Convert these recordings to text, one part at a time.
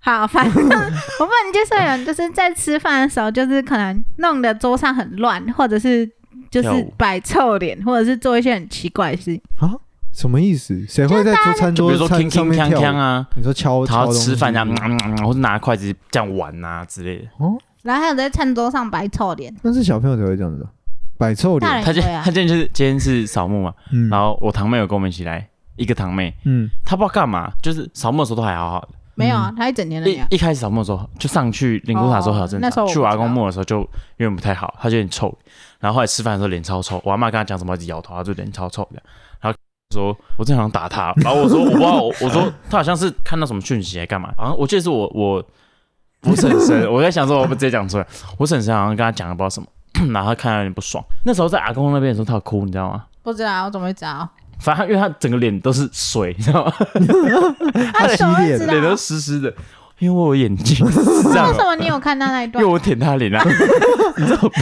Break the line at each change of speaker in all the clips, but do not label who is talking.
好，反正我们就是有人就是在吃饭的时候，就是可能弄得桌上很乱，或者是就
跳
是
舞
摆臭脸，或者是做一些很奇怪的事情。
啊，什么意思？谁会在桌餐
就
桌
比如说
餐
铿
上
铿
面
锵
跳
锵
舞？
啊，
你说敲
然
敲
后
东西
吃饭这样，嗯嗯嗯或者拿筷子这样玩啊之类的。
哦，
然后还有在餐桌上摆臭脸，
那是小朋友才会这样子吧，摆臭
大
脸。
人
他
也
今
会啊
他。今天就是今天是扫墓嘛，
嗯
然后我堂妹有跟我们一起来，一个堂妹，
嗯，
她不知道干嘛，就是扫墓的时候都还好好的，
没有啊，他一整天都那样。
一一开始扫墓的时候就上去灵骨塔的时候好正
哦那时候
常，
我不
去
知
我
道
阿公墓的时候就有点不太好，她就有点臭，然后后来吃饭的时候脸超臭，我阿妈跟她讲什么一直摇头，她就脸超臭的，然后。说，我真的想打她。然后我说我不知道，我我说她好像是看到什么讯息还干嘛，好像我记得是我我我婶婶，我在想说我不直接讲出来，我婶婶好像跟她讲了不知道什么，然后她看到有点不爽。那时候在阿公那边的时候，她有哭，你知道吗？
不知道我怎么会知道？
反正因为他整个脸都是水，你知道吗？
他
洗
怎么会
脸
知道？
脸都
为
湿湿的，因为我有眼睛是这样
什
的，
么你有看到那一
因
段
为？我舔他脸啊！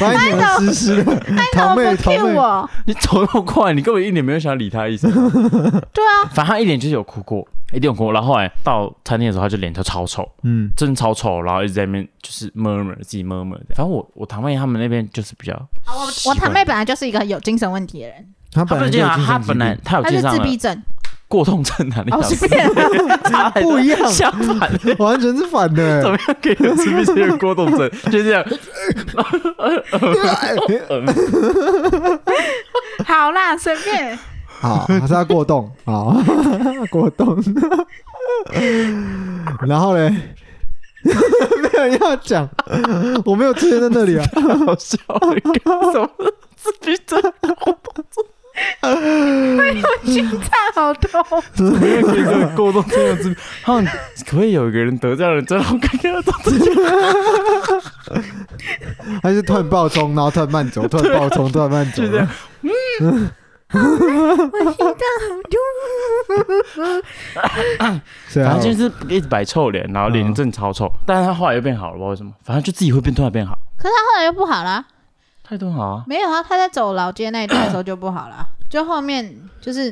把你 们湿湿的，堂妹
为什
堂
么不 cue
妹，
我？
你走那么快，你根本一点没有想要理他的意 思。
对啊，
反正他一脸就是有哭过，一定有哭过。然后后来到餐厅的时候，他就脸就超臭，
嗯，
真的超臭，然后一直在那边就是 murmur 自己 murmur 这样。反正我我堂妹他们那边就是比较，
啊我我堂妹本来就是一个有精神问题的人，
他
他本
不
来
是
就有精神
他
疾
本来
病
他有
她
介
是
绍
自闭
了
症。
过动症啊，你
哦，
想
随便，
差太多
不一样
相反的。
完全是反
怎
的
么。样可以有自闭症的过动症？就 这样，
好啦，随便。
好，还是要过动，好， 过动。 然后嘞， 没有人要讲，我没有出现在那里啊。
好笑的，什么自闭症？
心脏好 痛，
不要给这个过动症有自闭， 他们可不可以有一个人得这样的症，然后看看他到底
还是突然爆冲，然后突然慢走，突然爆冲，突然慢走 啊
就。这样，
我心脏好痛。
是啊嗯
反，正就是一直摆臭脸，然后脸真的超臭，但是他后来又变好了，不知道为什么，反正就自己会变，突然变好，
可是他后来又不好了，
态度很好啊。
没有啊，他在走老街那一段的时候就不好 了，就后面就是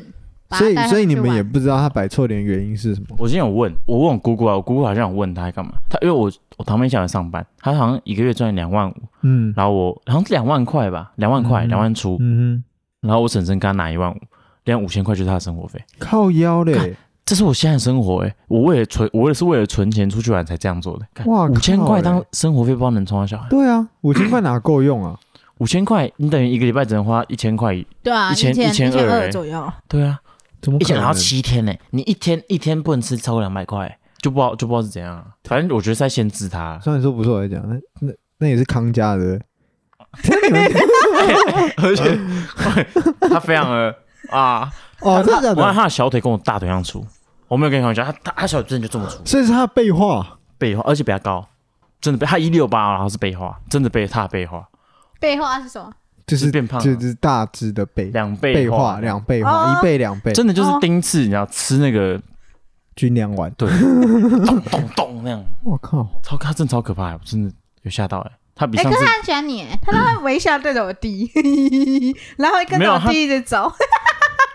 把他
所以
带上去玩。
所以你们也不知道他摆错脸的原因是什么。
我之前有问，我问我姑姑啊，我姑姑好像有问他干嘛，他因为我我堂妹小孩上班，她好像一个月赚两万五，
嗯
然后我好像是两万块吧，两万块，
嗯
两万出，
嗯
然后我婶婶跟她拿一万五，连五千块就是她的生活费。
哼，靠腰嘞，
这是我现在的生活哎、我为了存，我也是为了存钱出去玩才这样做的。干
哇
五千
靠
块
欸
当生活费，不知道能充多少小孩。
对啊，五千块哪够用啊？
五千块，你等于一个礼拜只能花一千块。
对啊，
一千
一
一千二
二
欸
左右。
对啊，
怎么
一
可
千然后
能？，
七天呢、你一天一天不能吃超过两百块欸，就不知道就不知道是怎样、啊。反正我觉得是在限制他
虽然说不是我来讲，那那那也是康家的。你们
而且他非常 的啊，
哦，真的假
我看
的？
他的小腿跟我大腿一样粗，我没有跟你开玩笑，他他他小腿真的就这么粗，
所以是他的背话，
背花，而且比他高，真的背他一六八，然后是背花，真的背他的背花，
背后啊是什么？
就是
是变胖了
就是大只的背
两
背
背
话，两背话，
哦
一背两背，
真的就是丁刺，你知道吃那个
军粮丸。
对，咚咚咚那样，
我靠，
超他真的超可怕，我真的有吓到哎、他比
哎，
上
可
次
是他很喜欢你欸，他都会微笑对着我弟， 然后会跟
没
着
有
我
他
弟一直走，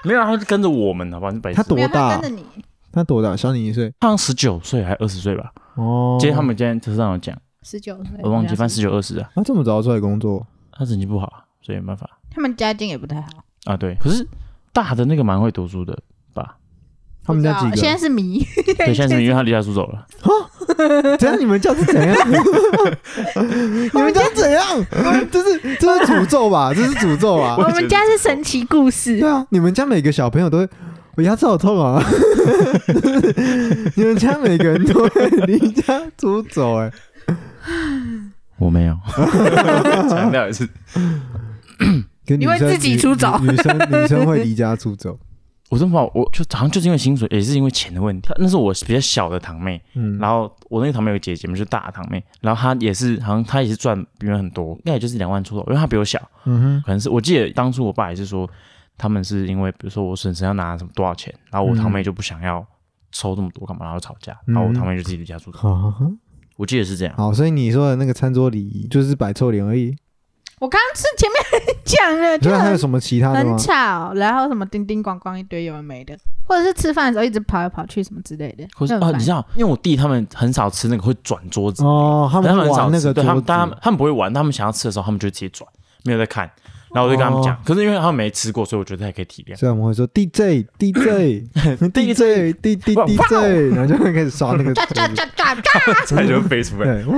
没有，他是跟着我们，好不好？你白痴
他多
没有他
大啊
跟着你。
他多大？小你一岁
他好像十九岁还二十岁吧？
哦。
今天他们今天车上有讲，
十九岁，
我忘记，反正
正
十九二十啊，
他这么早出来工作，
他成绩不好啊，所以没办法
他们家境也不太好。
啊。对，可是大的那个蛮会读书的吧？
他们家几
不知道现在
个？
是谜，
对，现 在是因为他离家出走了，
怎样？你们家是怎样？你们家怎样？这是这是诅咒吧？这是诅咒吧
我？们家是神奇故事
对。啊，你们家每个小朋友都会，我牙齿好痛啊！你们家每个人都会离家出走、哎，
我没有，强调一次，
跟女
你会
生
自己
女
出走
女女生女生会离家出走，
我真不好，我就好像就是因为薪水，也是因为钱的问题。那是我比较小的堂妹，
嗯，
然后我那个堂妹有个姐姐嘛，就是大堂妹，然后她也是好像她也是赚比我很多，应该也就是两万出头，因为她比我小，
嗯
可能是我记得当初我爸也是说，他们是因为比如说我婶婶要拿什么多少钱，然后我堂妹就不想要收这么多干嘛，然后吵架，
嗯
然后我堂妹就自己离家出走，
哼，好，
我记得是这样。
好，所以你说的那个餐桌礼仪就是摆臭脸而已，
我刚刚是前面讲了，
你
就
道啊还有
很
什么其他的吗
很？吵，然后什么叮叮咣咣一堆有的没的，或者是吃饭的时候一直跑来跑去什么之类的，
或是
那很
啊，你
烦
知道，因为我弟他们很少吃那个会转桌子，
哦，他
他
们
很少
玩那
吃，
个
对
桌
他们，但他
子
们，他们不会玩，他们想要吃的时候，他们就直接转，没有在看。然后我就跟他们
哦
讲，可是因为他们没吃过，所以我觉得还可以体 谅。
所以我们会说 DJ DJ DJ D D
哇哦
DJ，然后就会开始刷 那个桌
抓抓
子。
抓抓抓！
菜就会飞出来，
对，呜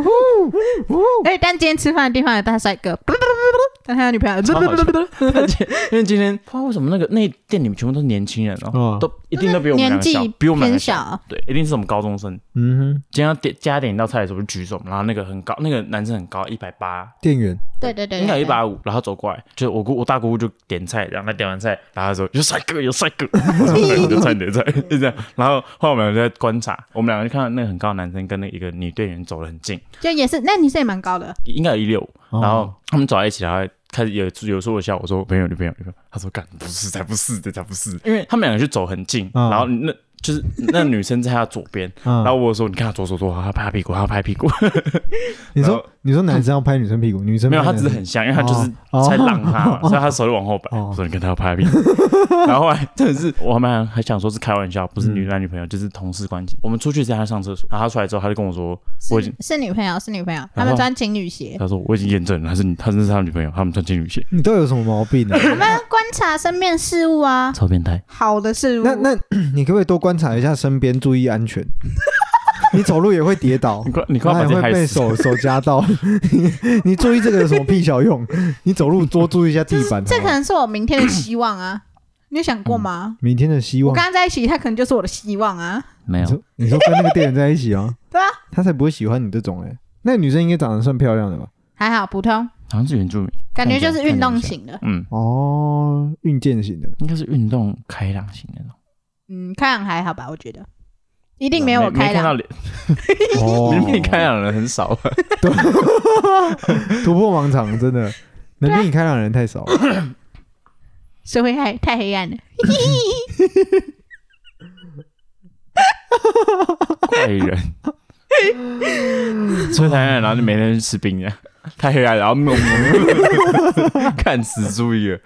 哎，但今天吃饭的地方有大帅哥， 不不不不，但他有女朋友，不
超
不
好
不
笑
不不，
因为今天不知道为什么那个那店里面全部都是年轻人哦
哦，
都一定都比我们
年
两个
纪
小，比我们两
偏
个小，
小，
对，一定是我们高中生。
嗯哼，
今天要点加点一道菜的时候就举手嘛，然后那个很高，那个男生很高，一百八，
店员，
对对对，
应该有
对
一百五，然后走过来，就我姑我大姑姑就点菜，然后她点完菜，然后她说有帅哥有帅哥，我说对我就菜你的菜，就这样。然后后来我们两个就在观察，我们两个就看到那个很高的男生跟那一个女店员走得很近，
就也是，那女生也蛮高的，
应该有一六五，
哦
然后他们走在一起，然后开始有有说我笑，我说没有女朋友女朋友，他说干不是才不是这才不是，因为他们两个就走很近，
嗯
然后那就是那女生在他左边，
然
然后我说你看他左手左手，他拍她屁股，他拍屁股，
你
然
说
后
你说男生要拍女生屁股，女生
没有，
拍
他
男
只
生
是很像，因为他就是
哦
在让他 嘛，所以他手就往后摆。
哦
我说你跟他拍屁股， 然后后来真的 是我们还想说是开玩笑，不是女
嗯
男女朋友，就是同事关系。我们出去带他上厕所，然后他出来之后，他就跟我说，我已
是
经
是女朋友是女朋友，他
然后
们穿情侣鞋。
他说我已经验证了，他是你，他真是他女朋友，他们穿情侣鞋，
你都有什么毛病呢、
我们要观察身边事物啊，
超变态。
好的事物。
那 那你可不可以多观察一下身边，注意 安全？你走路也会跌倒
你，快你快
然
把
后
自己
也
害
会被
死！
手手夹到。 你你注意这个有什么屁小用？你走路多注意一下地板。
这
好
可
吗
能是我明天的希望啊，你有想过吗？
明天的希
我
望
跟，他在一起，他可能就是我的希望啊。
没
你
有，
说你说跟那个店员在一起啊？
对啊，
他才不会喜欢你这种哎、那个女生应该长得算漂亮的吧？
还好普通，
好像是原住民，
感觉
看一下
就是运动型的。
嗯，
哦，运健 型的，
应该是运动开朗型那种，
嗯，开朗还好吧，我觉得一定没有我
没
开
看到
朗。
脸，
哦
明明
啊
开朗的人很少。
突破盲场，真
啊
的能比你开朗的人太少了。
社会太太黑暗了，
怪人。所以台湾人，然后就每天去吃冰的，太黑暗了，然后猛猛看死猪一个，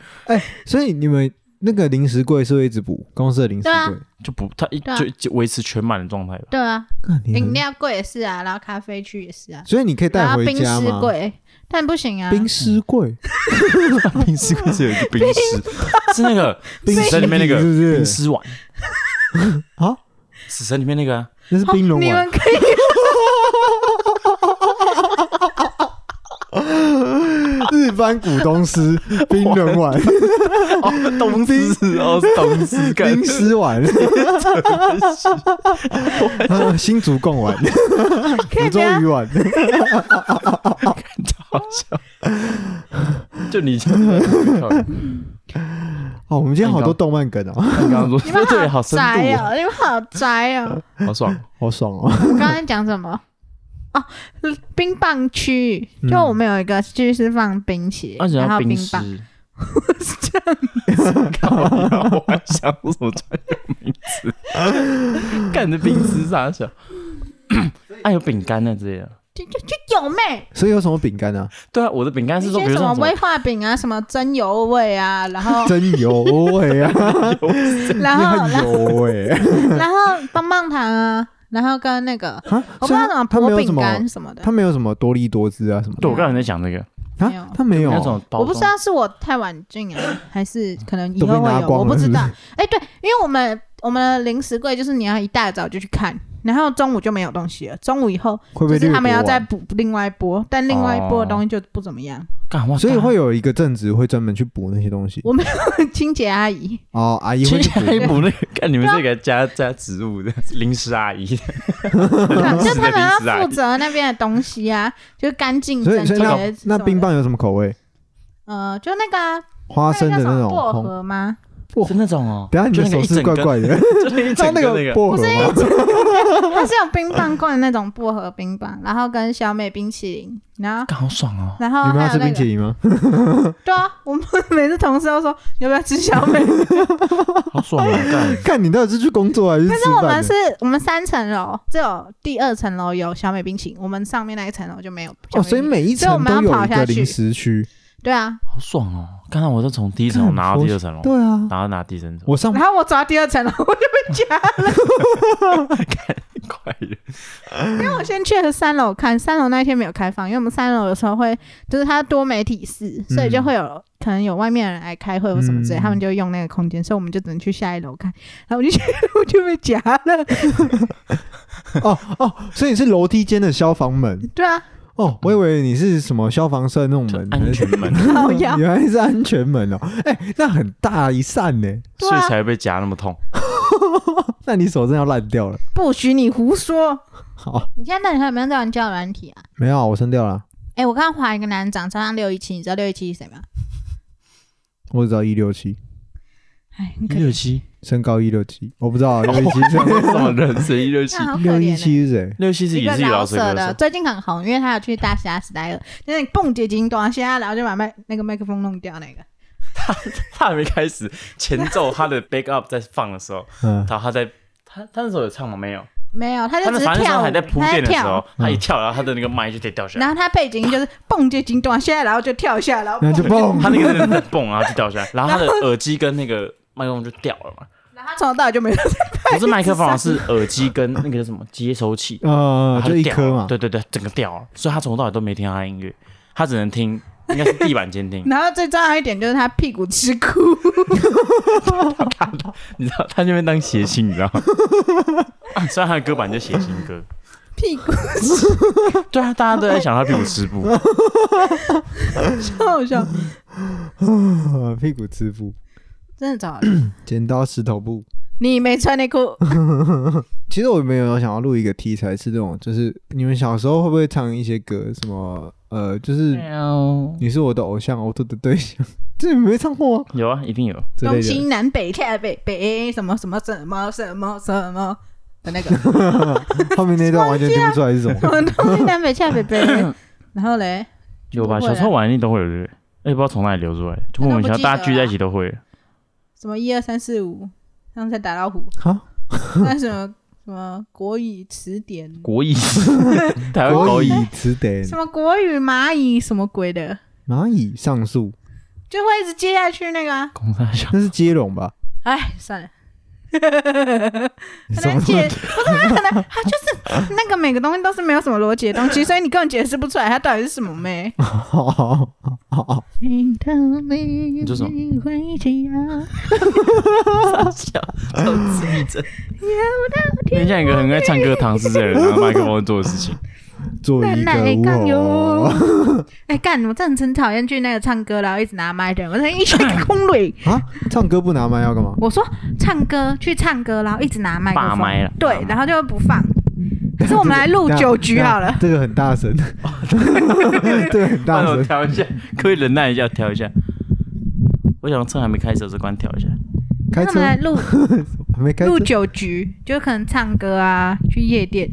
所以你们那个零食柜是会一直补公司的零食
对啊
柜，
就不他一
对啊
就就维持全满的状态吧。
对啊，
干你很
饮料柜也是啊，然后咖啡区也是啊，
所以你可以
然
带
后
回
冰
家
室
吗？
柜，但不行啊，
冰丝柜，
冰室不是有一个冰室，是那个
冰
死神里面那个
是不是
冰尸碗
啊？
死神里面那个啊，
那是
哦
冰龙
你
碗
们， 可以
日番股 东师冰龙碗，
哦，东施哦，是东施干
冰丝 碗，啊新竹贡丸，
可以啊
福
不
州
要
鱼丸，
好笑。就你这样，
哦，我们今天好多动漫梗哦，
刚刚说
你们
对，
好
好深度
宅
哦，
哦，你们好宅哦！
好爽。
好爽哦。
我刚才讲什么？哦，冰棒区，就
嗯
我们有一个区是放冰鞋，
而且
然
啊要
后冰
湿
棒，
靠腰！我还想为什么专有名词？干你的冰丝啥小？啊还有饼干呢之类的。
就就就有妹，
所以有什么饼干啊？
对啊，我的饼干
一
是说，比
些
如
什
说
么
什么
威化饼啊，什么真油味啊，然 后
真有味 啊，
然后然后
有味啊！
然后棒棒糖啊，然后跟那个我不知道怎么
他没
薄
有什
饼干
么，
什么的
他，没有什么多利多汁啊什么
对
的
我刚才在讲这个，
没有
啊，他没有
那种包
我不知
装
道是我太晚进来， 还是可能以
都被
后会
拿
有，
光
我
了
不
是
知
不
道
是。
哎，对，因为我们我们的零食柜就是你要一大早就去看，然后中午就没有东西了，中午以后
会不
就
会
是他们
略
要
过
再
啊
补另外一波，但另外一波
哦
的东西就不怎么样。
干哇，
所以
干
会有一个正职会专门去补那些东西
我清洁阿姨，
哦，阿姨
去
会去
阿姨
补，
补那个，看你们这个加加植物的零食阿姨，
对啊就他们
临时阿
要
姨
负责那边的东西啊，就干净
所
整
以
洁什
所以
么
那
的。
那冰棒有什么口味？
呃，就那个啊
花
那个
生
叫
的
什
那
么
种
薄
红。
荷吗？
是那种哦。
等一下你
就
的
那个
手
一
势
整
怪
根，
怪的，
就那一
那
整 根
那
那
个
个。
薄荷吗？
它是有冰棒罐的那种薄荷冰棒，然后跟小美冰淇淋，然后
干好爽哦！
然后
你们要
还有
吃
那
冰淇
个，
淋吗？
对啊，我们每次同事都说你要不要吃小美，
好爽哦！干，
看你到底是去工作还是吃
但是我
饭
们
的
是？我们三层楼，只有第二层楼有小美冰淇淋，我们上面那一层楼就没有小美冰
哦，
淇
所以
淋。
每一
所以我
层
们要
都有
跑
一
下
个
去
零食区，
对啊，
好爽哦！刚才我是从第一层楼
干
拿到
佛
第二 层楼，
对啊，
然后拿第三层，
我上
然后我走到第二层了，我就被夹了，
快点！
因为我先去了三楼看，三楼那一天没有开放，因为我们三楼有时候会就是它多媒体室，所以就会有、可能有外面的人来开会或什么之类，
嗯
他们就用那个空间，所以我们就只能去下一楼看，然后我就觉得 我就被夹了，
哦哦，所以你是楼梯间的消防门
对啊，
哦，我以为你是什么消防社那种门，，
嗯
安全 门，
好呀
原来是安全门哦，哎、那很大一扇呢，
对
所
啊
以才会被夹那么痛。
那你手真的要烂掉了。
不许你胡说。
好，
你现在到底还有没有在玩交友软体啊？
没有啊，我删掉了，
哎、我刚刚划一个男长，超像六一七，你知道六一七是谁吗？
我只知道一六七，
哎，很
一
可怜
六，七，
身高一六七，我不知道啊六一七
这样是什么人生？一 六七
那，哦好可
六一
怜、欸。
七是谁？
六七是
一
也
个
是老
老
舍
舍
歌
的，
手，
最近很红，因为他有去大侠时代了，就是蹦结晶短现在，然后就把麦那个麦克风弄掉那个。
他还没开始前奏，他的 back up 在放的时候，
嗯，
然后他在他他那时候有唱吗？没有，
没有，他
他
就只
那
是
反正那时
跳
候
舞，
还在铺
他
垫的时
跳
候，他一跳，然后他的那个麦就得掉
舞，
下来
然。后他背景音就是蹦结晶短现在，然后就跳一下，然后
那就蹦
他那个真的是蹦，然啊后就掉 下来，然后他的耳机跟那个麦克风就掉了嘛，
然后他从头到尾就没有。
不是麦克风，啊是
啊
耳机跟那个叫什么接收器，
呃
然，后
就一
掉
颗
了
嘛，
对对对，整个掉了，所以他从头到尾都没听到他音乐，他只能听应该是地板监听，
然后最重要一点就是他屁股吃哭，
你知道他那边当谐星，你知道吗？虽然啊他的歌版叫谐星歌，
屁股
对啊，大家都在想他屁股吃布，
超好笑，
呃 屁股吃布，
真的超好笑。
剪刀石头布。
你没穿内裤，
其实我没有想要录一个题材是这种，就是你们小时候会不会唱一些歌？什么呃，就是你是我的偶像，我的对象，这你没唱过 吗？
有啊，一定有，
之类
东
的。
西南北跳北北什么什么什么什么什么的那个，
后面那段完全听不出来是什 么。
什么东西南北跳 北北，然后嘞，
有吧？
不会啊
小时候玩一定都会有，对不对？哎，不知道从哪里流出来，就莫名其妙
我都不记得
大
啊
家聚在一起都会。
什么一二三四五，刚才打老虎，
哈，
那什么什么国语词典，
国语， 台湾
国
国
语
语，
词典
什，么国语蚂蚁什么鬼的，
蚂蚁上树，
就会一直接下去那个啊，
公三小，
那是接龙吧？
哎，算了。很
什
难
么
解，不是啊它很难，它就是那个每个东西都是没有什么逻辑的东 西，所以你根本解释不出来它到底是什么没。
好好好，
你的美
你说什么
丽会这样。
你像一个很爱唱歌唐诗的人，拿麦克风做的事情。
做一
奶
个
干哟
我。！
哎干，我真的很讨厌去那个唱歌然后一直拿麦的人，我真的一群 空蕊。
啊，唱歌不拿麦要干嘛？
我说唱歌去唱歌，然后一直拿麦克
霸
风，
麦了霸
对，
麦
然后就不放。可是我们来录酒局好了，
这个很大声， 这个很大
帮我
声。
调一下，可不可以忍耐一下，调一下。我想趁还没开始的时候，关调一下。
开
他
车
们来录
还没开车
录，酒局，就可能唱歌啊，去夜店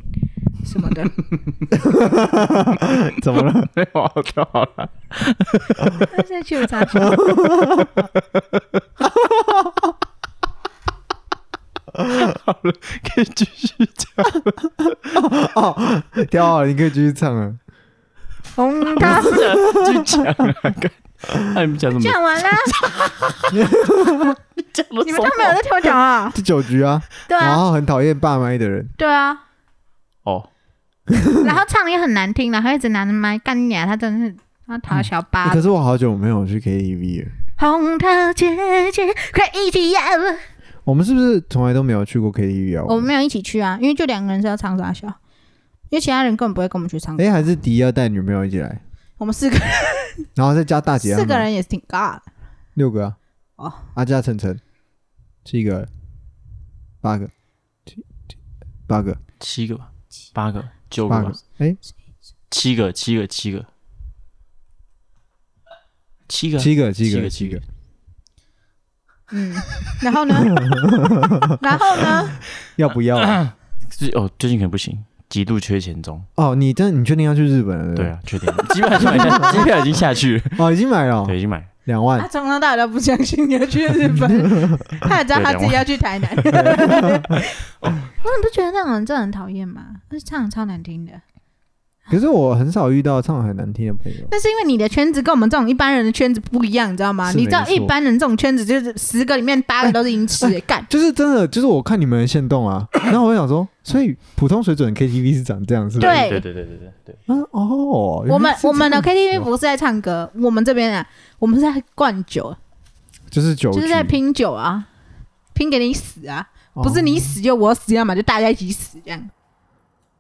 什 么的。
怎么了？
没有，啊调好了。
那再去查去。
可以继续讲。
哦，调好了，你可以继续唱啊了。
红 他
继续讲啊！看那你们讲什么？
讲 完啦，
讲了
你们都没有在听我讲啊？
这酒局啊，
对
然
啊，
后很讨厌霸麦的人，
对啊。
哦，
然后唱也很难听，然后一直拿着麦干你啊，他真的是他讨小
欸
巴
可，是我好久没有去 KTV 了。
红桃姐姐快一起呀！
我们是不是从来都没有去过 KTV 啊？
我们没有一起去啊，因为就两个人是要唱傻笑，因为其他人根本不会跟我们去唱歌。
哎，还是迪要带女朋友一起来，
我们四个
然后再加大姐他
四
们，
个人也是挺尬的，
六个啊，
哦，
啊加晨晨，七个，八个，八个，
七个吧，八个，九
八
个吧
个，，哎，
七个，七个，七个，七个，啊
七个，七
七
个，
个
七个，
嗯。然 后呢？然后呢？
要不要 啊？
最哦，最近可能不行，极度缺钱中。
哦，你真的你确定要去日本了？
对，啊，确定。机票已经买 下，机票已经下去了，
哦，已经买了哦，
对，已经买了。
两
他
万，
啊从头到尾都不相信你要去日本， 他也知道他自己要去台南。 哦我你不觉得那种人真的很讨厌吗？而且唱得超难听的。
可是我很少遇到唱得很难听的朋友。
那是因为你的圈子跟我们这种一般人的圈子不一样，你知道吗？
是
你知道
没错
一般人这种圈子就是十个里面八个都是音痴、 欸，干、
就是真的，就是我看你们的线 动啊，然后我就想说，所以普通水准 KTV 是长这样，是吧？
对
对对对对对对，
嗯，哦，
我
原
们
来是这
我们的
样
KTV
哦
不是在唱歌，我们这边啊，我们是在灌酒，
就是酒局，
就是在拼酒啊，拼给你死啊，
哦
不是你死就我死，要啊么就大家一起死这样。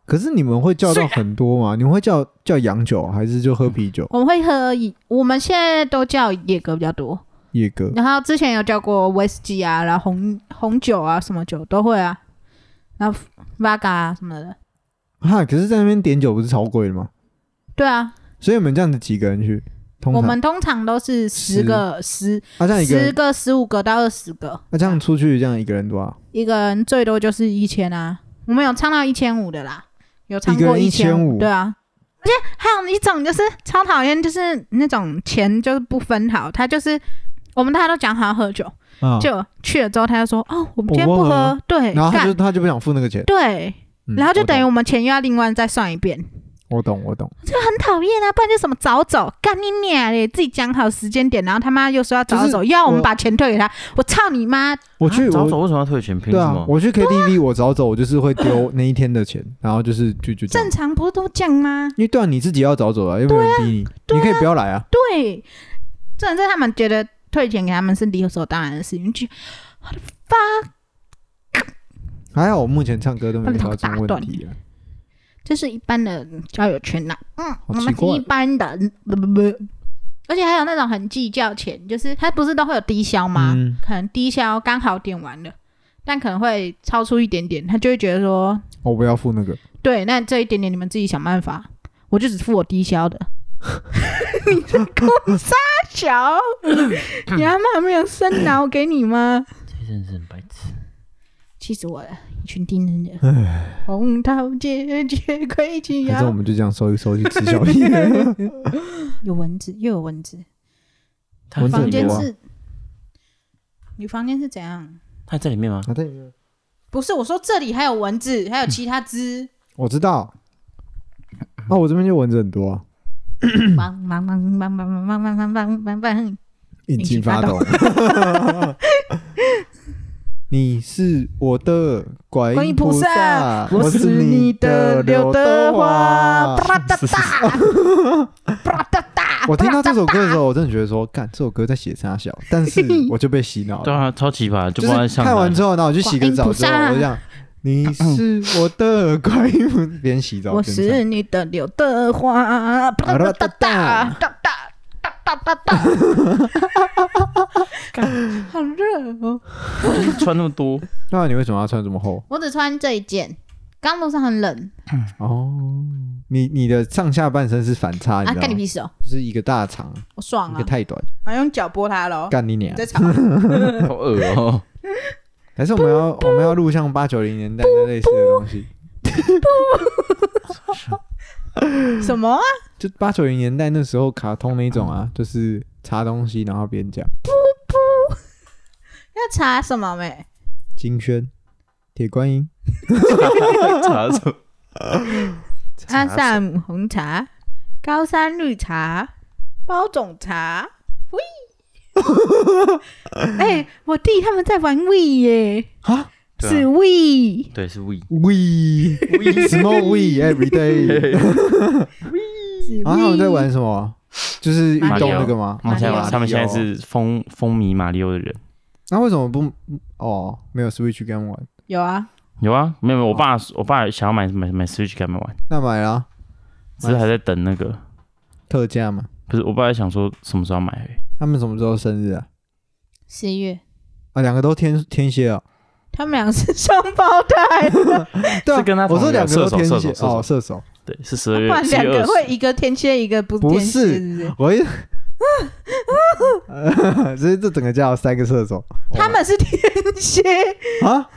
可是你们会叫到很多吗？你们会叫叫洋酒，还是就喝啤酒、
我们会喝以，我们现在都叫野格比较多，
野哥？
然后之前有叫过威士忌啊，然后红红酒啊，什么酒都会啊，然后 v 嘎啊什么的，
哈、可是在那边点酒不是超贵的吗？
对啊，
所以你们这样子几个人去？通
我
常
们通常都是十
十
个十
啊，这样一个
十
人，
个十五个到二十个，
啊，这样出去这样一个人多啊少？
一个人最多就是一千啊，我们有唱到一千五的啦，有唱
一个
过
人
一千
1500
对啊。而且还有一种就是超讨厌，就是那种钱就是不分好，他就是我们大家都讲好要喝酒，
嗯
啊，
就去了之后他就说哦，我们今天
我
不
不喝
喝，对，
然后他
干
就他就不想付那个钱，
对，
嗯
然后就等于
我
我们钱又要另外再算一遍，
懂我懂我懂，
很讨厌啊！不然就什么早走，干你娘嘞！自己讲好时间点，然后他妈又说要早走，又要我们把钱退给他，我操你妈！
我去
啊早走
我
为什么要退钱？凭
对
什
啊
么，？
我去 KTV 我早走，我就是会丢那一天的钱，然后就是就就这样
正，常不是都这样吗？
因为对啊，你自己要早走啊，又没有人逼你，
对
你
啊
可以不要来啊，
对，这是他们觉得退钱给他们是理所当然的事情，就
还好我目前唱歌都没
把
有
你
遇
头
到这种
打断
问题啊，
这是一般的交友圈呐、嗯，我
好奇
们是
怪
一般人，不不不。而且还有那种很计较钱，就是他不是都会有低消吗？
嗯
可能低消刚好点完了，但可能会超出一点点，他就会觉得说
我不要付那个，
对，那这一点点你们自己想办法，我就只付我低消 的。你在跟 我撒娇？你阿妈没有生脑给你吗？
这些人是很白痴。
气死我了！一群低能人，红桃姐姐盔起
反正我
腰，
们就这样收一收去吃宵夜，
有蚊子，又有蚊子。
他
蚊
还
房
在里
子
间
面
很
吗
多啊？
是，你房间是怎样？
他还在里面吗？
啊对
不是，我说这里还有蚊子，还有其他只。
我知道，啊，我这边就蚊子很多啊，
汪汪汪汪汪汪汪汪汪汪汪汪。
引
起
起
发
发 抖。你是我的观
观音
音
菩
菩
萨
萨，
我
我
是
是
你
你
的
的
刘
刘
德
德
华
华。
啪啦哒哒， 啪啦哒哒。
我听到这首歌的时候，我真的觉得说，干这首歌在写啥小，但是我就被洗脑
对
了。
啊，超奇葩，就不知道
哦就
在
是
上
看完
哪
之后，然后我去洗
哎
个澡之后，
观音菩萨
我就讲你是我的观 音菩萨，边洗澡
我
边唱
是你的刘德华，啪啦哒哒哒哒哒哒哒哒。 好热哦！
穿那么 多，
那你为什么要穿这么厚？
我只穿这一件，刚路上很冷
哦，你你的上下半身是反差，你
啊，
知道
干你
吗？
屁事哦！
就是一个大长，
我爽
一
啊
个，太短，
还用脚拨它喽。
干你
你
娘！
在 吵，
好恶哦。
还是我们要我们要录像八九零年代的类似的东西，
什么啊？
就八九零年代那时候卡通那一种啊，就是查东西然后边讲
要查什么没？
金轩、铁观音、
查什么？
阿萨姆红茶、高山绿茶、包种茶。 喂，哎、我弟他们在玩 We 耶，
啊
对啊
是 We。
对，是 we。
We Small We Every Day，
是 We
然后啊他们在玩什么？就是运动那个吗？
马里
他们现
奥
在他们现在是风风靡马里奥的人。
那为什么不哦？没有 Switch 跟他们玩，
有啊，
有啊，没有没有，我爸
哦
我爸想要买买买 Switch 给他们玩，
那买了啊
只是还在等那个，
特价嘛？
不是我爸在想说什么时候买而已。
他们什么时候生日啊？
十一月，
啊，两个都天天蝎啊！
他们俩是双胞胎，
对啊
是跟他，
我说
同一个
两个都天
射手
蝎
射手
哦，射手。
对，是十
不
二月
然
十
两
月
个
二
会
十。
一个天蝎，一个不
不
天蝎，
是
不是？
我一， 呃，所以这整个家有三个射手
他们是天蝎，
啊，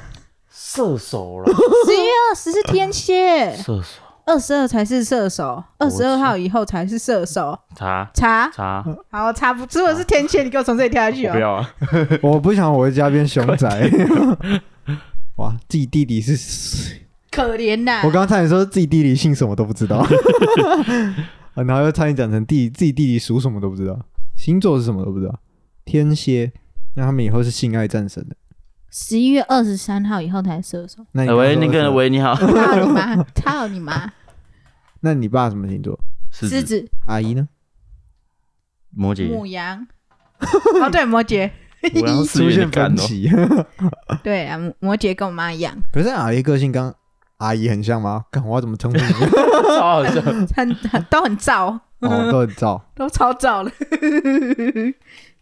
射 手了，
十一月二十是天蝎，
射手
二十二才是射手，二十二号以后才是射手。
查
查，
查，我
好查不，如果是天蝎，你给我从这里跳下去哦
不。要啊！
我不想我的家变熊仔。哇，自己弟弟是
可怜呐、
我刚刚差点说自己地理姓什么都不知道，啊然后又差点讲成地自己地理属什么都不知道，星座是什么都不知道。天蝎，那他们以后是性爱战神的。
十一月二十三号以后才射 手，
那你
哎
刚刚
喂，那
说什
个
么，
喂，你好，
操你妈，操你妈，
那你爸什么星座？
狮
狮
子、
子、
阿姨呢？
摩羯
母，羊，哦对，摩羯，
我要
出现分
哦。
歧。
对啊，摩摩羯跟我妈一样，
可是阿姨个性跟阿姨很像吗？看我要怎么称呼你？
超好笑。
很很都很燥，
哦，都很燥。
都超燥了。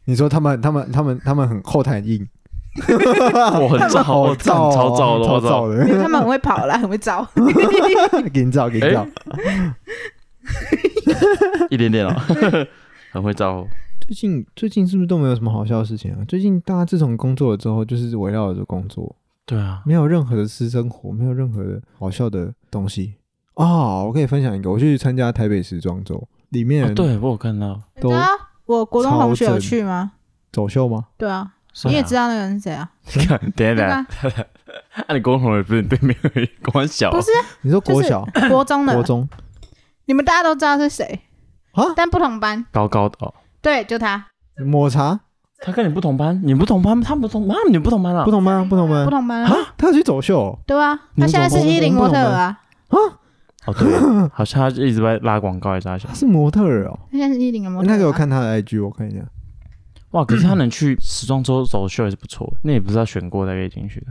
你说他们、他们、他们、他们很后台很硬，
我很燥，我燥，
燥哦，
超燥的，
超
我燥。
燥的，
他们很会跑啦，很会招。
给你燥，给你燥。
一点点哦， 很会造。
最近最近是不是都没有什么好笑的事情啊？最近大家自从工作了之后，就是围绕着工作，
对啊，
没有任何的私生活，没有任何的好笑的东西哦。我可以分享一个，我去参加台北时装周，里面
哦
人
对我有看到，
你知道我国中同学有去吗？
走秀吗？
对啊，
谁啊
你
哎啊
也知道那个人是谁啊？
看，等一下等一
对
下
吧，？
那你公红也不是你对面而已，光小
不是
你说
就是嗯
国小、
国中的
国，中
你们大家都知道是谁
啊
但不同班，
高高的哦。
对，就他，
抹茶
他跟你不同班，你不同班，他们不同班，你们不同班啊
不？同班啊，不同班
哦不
啊，
同班啊，
啊他去走秀哦
对啊，他
你们
现在
怎
是
么
一零模
我们不同
特
班
儿啊，
啊，
哦 对，好像他一直在拉广告，还是啥小
他。是模特儿哦。
他现在是一零的模特儿啊。
那个我看他的 IG，我看一下。
哇，可是他能去时装周走秀也是不错，那也不是他选过才可以进去的。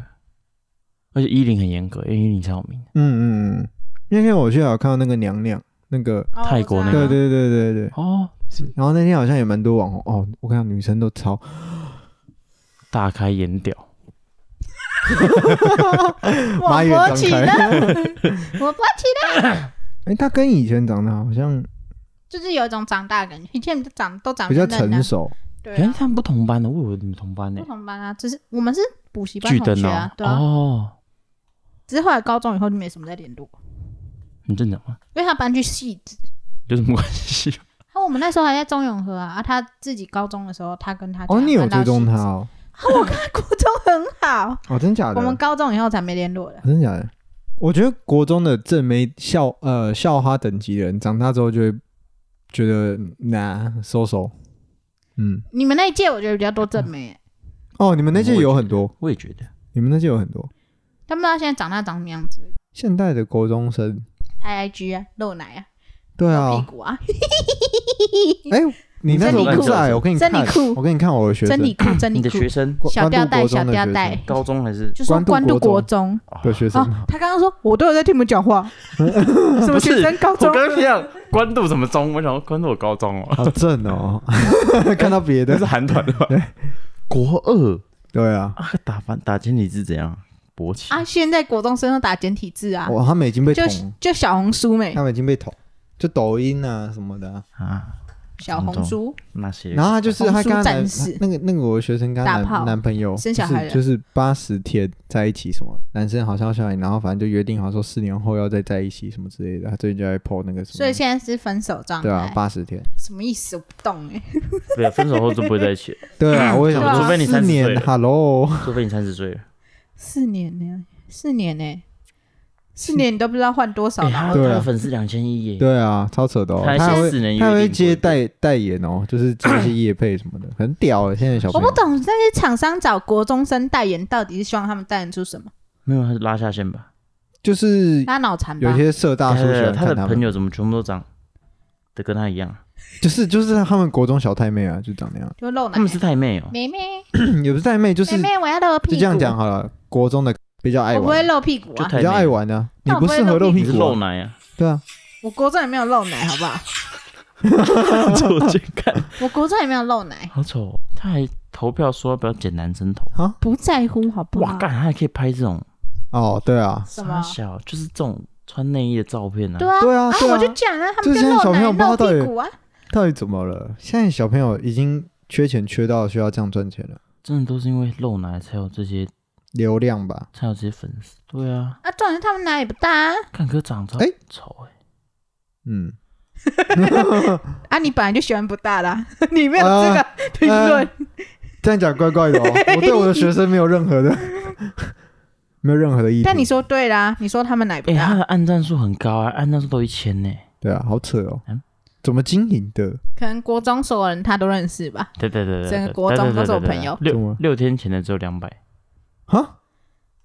而且一零很严格，因为一零超有名。
嗯嗯嗯，那天我去好像看到那个娘娘，那个
哦
泰国那
对
个
对对对对。
哦，
然后那天好像也蛮多网红哦，我看到女生都超
大开眼屌，
我
蚂蚁
知道哦我勃起
也张开
了， 我勃起了，
哎，他跟以前长得好像
就是有一种长大的感觉，以前我们都长都长
比
得
较
嫩
成
啊，
熟。
对
哎
啊，，
他们不同班的，我以为你们同班呢
不。同班啊，只是我们是补习班
巨
同
灯
学
哦
啊，，对啊，
哦，
只是后来高中以后就没什么再联络，
你正常吗？
因为他搬去戏子。
有什么关系？
他我们那时候还在中永和啊，啊他自己高中的时候，他跟他
哦，
家
你有
搬到
追踪
戏
他
子
哦？
他国中很好，
哦，真假的
我？们高中以后才没联络的。
真假的？我觉得国中的正妹校呃校花等级的人，长大之后就会觉得呐收手。嗯，
你们那一届我觉得比较多正妹、
哦，你们那届有很多，
我也觉得，
你们那届有很多。
他们不知道现在长大长什么样子，
现代的国中生，
拍 IG 啊，露奶啊，
对啊，
露屁股啊，
哎、你那时
真
候
理
不
裤
在，我给你看，
真理裤
我给你看我的学生，
真理裤，真
你
理
的
裤
学，生
关
小吊带，
关渡国
小
中的
吊
学
带
生，
高中还是
就说关
关渡
渡
国
国中。
的学生，
哦，他刚刚说我都有在听你们讲话，什么学生高
我
中
刚？刚想关渡什么中，我想说关渡有高中哦，
好正哦， 看到别
那
的
是，韩团的吧？国二
对啊，
啊，打反打简体字怎样？勃起
啊，现在国中生都打简体字啊，
哇，他们已经被
就
捅，
就小红书没
他，们已经被捅，就抖音啊什么的啊、
啊，
小红书
那些
然后他就是
红
他
书
跟他男
战士
那个那个我的学生跟他
打炮
男男朋友
生小孩了
就是就是八十天在一起什么，男生好像小孩，然后反正就约定好说四年后要再在一起什么之类的，他最近就在 PO 那个什么，
所以现在是分手状
对啊
态，，
八十 天，
什么意思？我不懂哎。
对啊，分手后就不会在一起了，
对啊，我也想
对啊
说
除
非你
四
30岁
年
了
，Hello，
除非你三十岁了。
四年呢，四年呢，四年你都不知道换多少
哎
然
他
后
他
对啊
的粉丝两千一耶，
对啊，超扯的、哦，
他
他还
写
会
四年约定
他还会
不
接
会
代代言哦，就是接一些夜配什 么的，很屌欸现在的小
我
朋
不
友
懂那些厂商找国中生代言，到底是希望他们代言出什么？
没有，他是拉下线吧？
就是
他脑残吧
有？些社大叔喜欢
呃他的
看
朋
们，
友怎么全部都长得跟他一样？
就是就是他们国中小太妹啊，就长那样，
就露奶
他，们是太妹哦，
妹妹，
也不是太妹，就是
妹
就
妹，我要露屁股。
这样讲，好了，国中的比较爱
我不会
玩，
露屁股
就
啊，
太
比较爱
妹，
玩啊，你
那我不会
适合
露
露
你
屁
是
股
露
啊，
奶 啊，
对啊，
我国中也没有露 奶，好不好？
我去看，
我国中也没有露奶，
好丑哦，他还投票说要不要剪男生头。
不在乎，好不
哇，
好？
干，他还可以拍这种
哦，对啊，
什么
傻小，就是这种穿内衣的照片啊。
对啊，
对啊，对
我
啊
就，讲啊，他
就
们
是现
就
在小
露
朋
奶
友不知道
露
到底
屁股啊，
到底怎么了？现在小朋友已经缺钱缺到需要这样赚钱了，
真的都是因为露奶才有这些，
流量吧，
才有这些粉丝。对啊，
啊，重点是他们奶也不大啊，
看哥长得超
哎
丑哎、
嗯，
啊，你本来就喜欢不大啦， 你没有这个
呃
评论
嗯呃，这样讲怪怪的哦。我对我的学生没有任何的， 没有任何的意图。
但你说对啦，你说他们奶不
哎、他
大，
的按赞数很高啊，按赞数都一千呢。
对啊，好扯哦
嗯，
怎么经营的？
可能国中所有人他都认识吧。
对对对对对，
整个国中都是我朋友
对对对对对
怎
六
么
六天前的只有两百，
哈，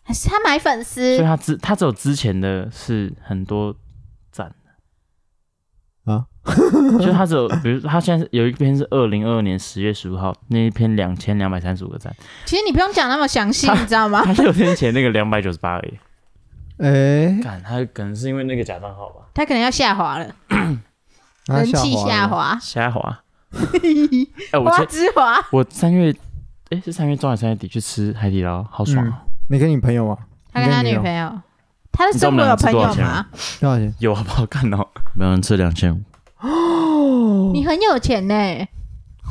还是他买粉
所以
丝？
他之他只有之前的是很多赞的
啊，
就是他只有，比如他现在是有一篇是二零二二年十月十五号那一篇两千两百三十五个赞，
其实你不用讲那么详细，
他
你知道吗？
他六天前那个两百九十八而已。
哎，
干，他可能是因为那个假账号吧，
他可能要下滑了，
啊
人气下
滑了，
滑，
瞎滑。哎、我
花
前
之华。
我三月，哎、是三月中还是三月底去吃海底捞，好爽哦、
你跟你朋友吗？
他跟他
你
女
友
朋友，他的
你知道
生活
我
有
们两个
朋
吃多少
友
钱啊
吗
吗？
多少钱？
有好不好看哦？没有人吃两千五，
你很有钱呢、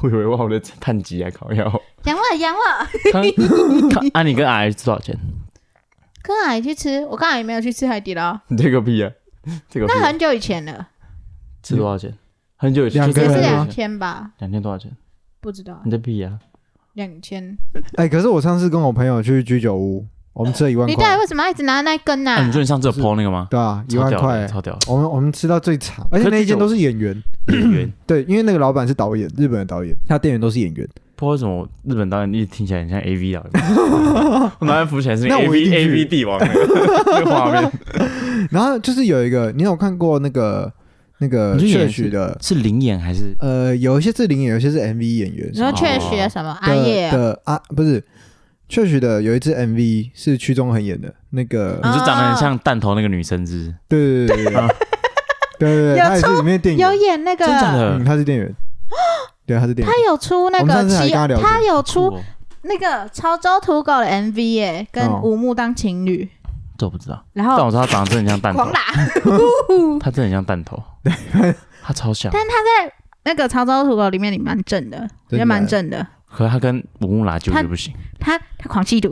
我以为哇，我的碳基还烤啊腰。
养我养我，
看，啊，你跟阿姨吃多少钱？
跟阿姨去吃，我跟阿姨没有去吃海底捞，
你这个屁啊！这个屁、
那
啊！
很久以前了，
吃多少钱？很久以
两
前
个
也
人啊
是
对
两
两
千吧，
两千多少钱？
不知道
你的屁啊！
两千。
哎，可是我上次跟我朋友去居酒屋，我们吃了一万
你到底
块，
为什么要一直拿那一根啊呐、
哎、你说你上次有 PO 那个吗？
对啊，一
超
万
屌的
块，
超屌的！
我们我们吃到最长，而且
可
那一
这
间
种
都是演员，
演员
对，因为那个老板是导演，日本的导演，他店员都是演员。
不知道为什么日本导演一直听起来很像 A V 导演，我脑袋浮起来是
那
A
我一
V
定
A
去
V 帝王的欸那个画面，
然后就是有一个，你有看过那个那个
你去演
确
员
许的，
是灵眼还是
呃，有一些是零演，有一些是 MV 演员
你说
哦
确实的什么阿
的
叶哦、
的啊，不是确许的有一支 MV 是屈中恒演的，那个
啊
你就长得很像弹头那个女生是
对对对对对
啊
对对，
有
他也是
出
里面店
有
员，
演啊那个，
不是？真假
嗯，
的？
他是店员，对，他是店
他
员，
有出那
我们
个
上次还
七
跟他聊，天
他有
酷
出
哦，
那个潮州土狗的 MV 耶、跟
哦
吴木当情侣，
这我不知道，
然
但
后
我知道他长得真的很像弹头
狂，打。
他真的很像弹头， 他超像，
但他在那个潮州土狗里面，你蛮正的，我觉得蛮正的。
可是他跟吴木来就
他
就不行。
他他狂吸毒，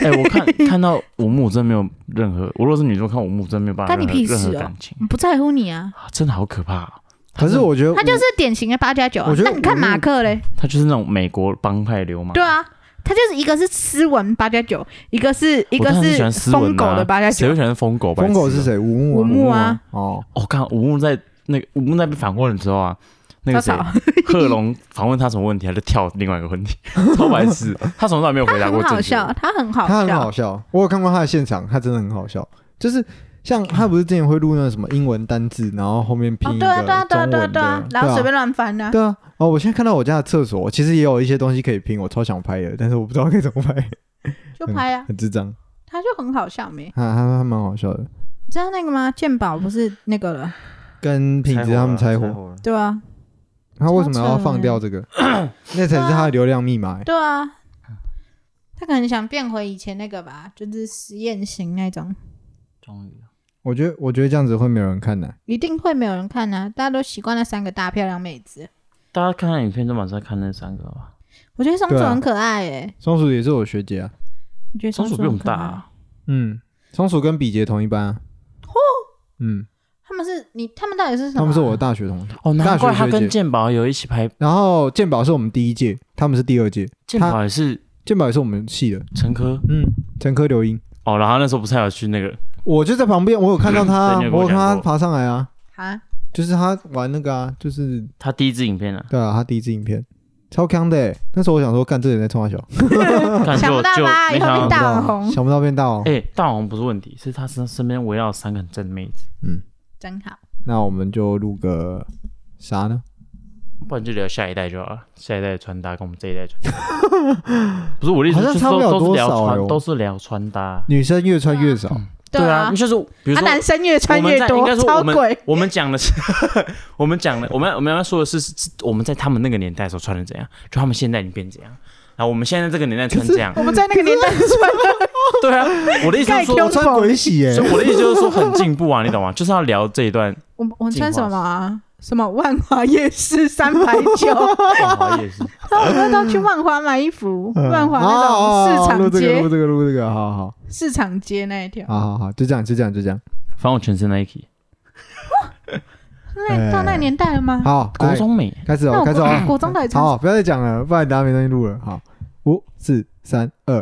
哎，我 看看到吴木真没有任何，我若是女生我看吴木真没有办法
干你
任何
屁事
任何
哦
感情，
我不在乎你啊。
啊真的好可怕啊。
可是我觉得
他就是典型的八加九啊
我觉。得
那你看
我
马克嘞，
他就是那种美国帮派流氓，
对啊，他就是一个是斯文八加九，一个是一
我
个
当然喜欢斯文啊
疯狗的八加
谁
九
会。喜欢疯狗？白
疯狗
痴
是
哦？
谁？吴
五
木啊
木啊，
哦，
我看吴木在那个吴木在被访问的时候啊，那个谁
他
贺龙访问他什么问题，他就跳另外一个 问题，超白痴。他从来没有回答过
很好
正确的。
笑，他很好
他很好
笑，
笑，我有看过他的现场，他真的很好笑，就是。像他不是之前会录那什么英文单字，然后后面拼
哦，
一
对啊，
个
对啊，对啊，
中文
对啊，
的，
对啊，然后
对啊
随便乱翻啊。
对啊，哦，我现在看到我家的厕所，其实也有一些东西可以拼，我超想拍的，但是我不知道该怎么拍，
就拍啊，
很智障。
他就很好笑没？
他他他蛮好笑的，
你知道那个吗？鉴宝不是那个了，
跟品质他们拆伙，
火，
对啊，
他为什么要放掉 这个？那才是他的流量密码欸。
对啊，他可能想变回以前那个吧，就是实验型那种，
终于了
我觉得我觉得这样子会没有人看的。
一定会没有人看啊，大家都习惯那三个大漂亮妹子。
大家看看影片都满是在看那三个吧。
我觉得松鼠
对啊
很可爱诶、
松鼠也是我学姐啊，
你觉得
松鼠
鼠
比我
很
们
可
大
爱
啊，
嗯，松鼠跟比杰同一班啊。
哦
嗯，
他们是你，他们到底是什么？啊
他们是我的大学同学，
哦，难怪
大
他
学学姐
跟健宝有一起拍，
然后健宝是我们第一届，他们是第二届，
健宝也是
健宝也是我们系的。
陈科
嗯，陈科刘英，
哦，然后那时候不是还有去那个
我就在旁边，我有看到他啊，
对你有跟
我
我
有看
讲过
他爬上来啊，
啊，
就是他玩那个啊，就是
他第一支影片啊，
对啊，他第一支影片超强的欸。那时候我想说，干这个人在冲他小，
感觉
想不到
就
吧？
没
以后
想到
变。大网
想不到
红，
想不到变大嗯哦。
哎，大王不是问题，是他身身边围绕三个很正的妹子，
真好。
那我们就录个啥呢？
不然就聊下一代就好了。下一代的穿搭跟我们这一代的穿 搭，不是我的意思，
好像
就是
差不
都
了
都是
多
聊
少哎
穿，
我
都是聊穿搭。
女生越穿越少，
对
啊
啊，，就是比如
啊，
说
男生越
我
穿
们
越
在应
多
该，说
超
我们
鬼。
我们讲的是我们讲的，我们我们要说的是，是是我们在他们那个年代的时候穿的怎样，就他们现在已经变怎样。然后我们现在这个年代穿这样，
我们在那个年代穿，
对啊，我的意思就是
盖
说
胸
我，穿鬼洗欸耶、
所以我的意思就是说很进步啊，你懂吗？就是要聊这一段
我们我们穿什么啊？什么万华夜 市三百九？
变化也是，
然后我们都去万华买衣服，
嗯
万华
哦
那
哦哦
种市
录
场
这个录
街，
这个录这个，好好
市场街那一条，
好好好，就这样就这样就这样。
反正我全身 Nike，
那到那个年代了吗？
哎好，
国
来
中美，
开始
啊那
哦，
我
开始哦
国，国中到底穿什么？
好，不要再讲了，不然大家没东西录了。好，五四三二，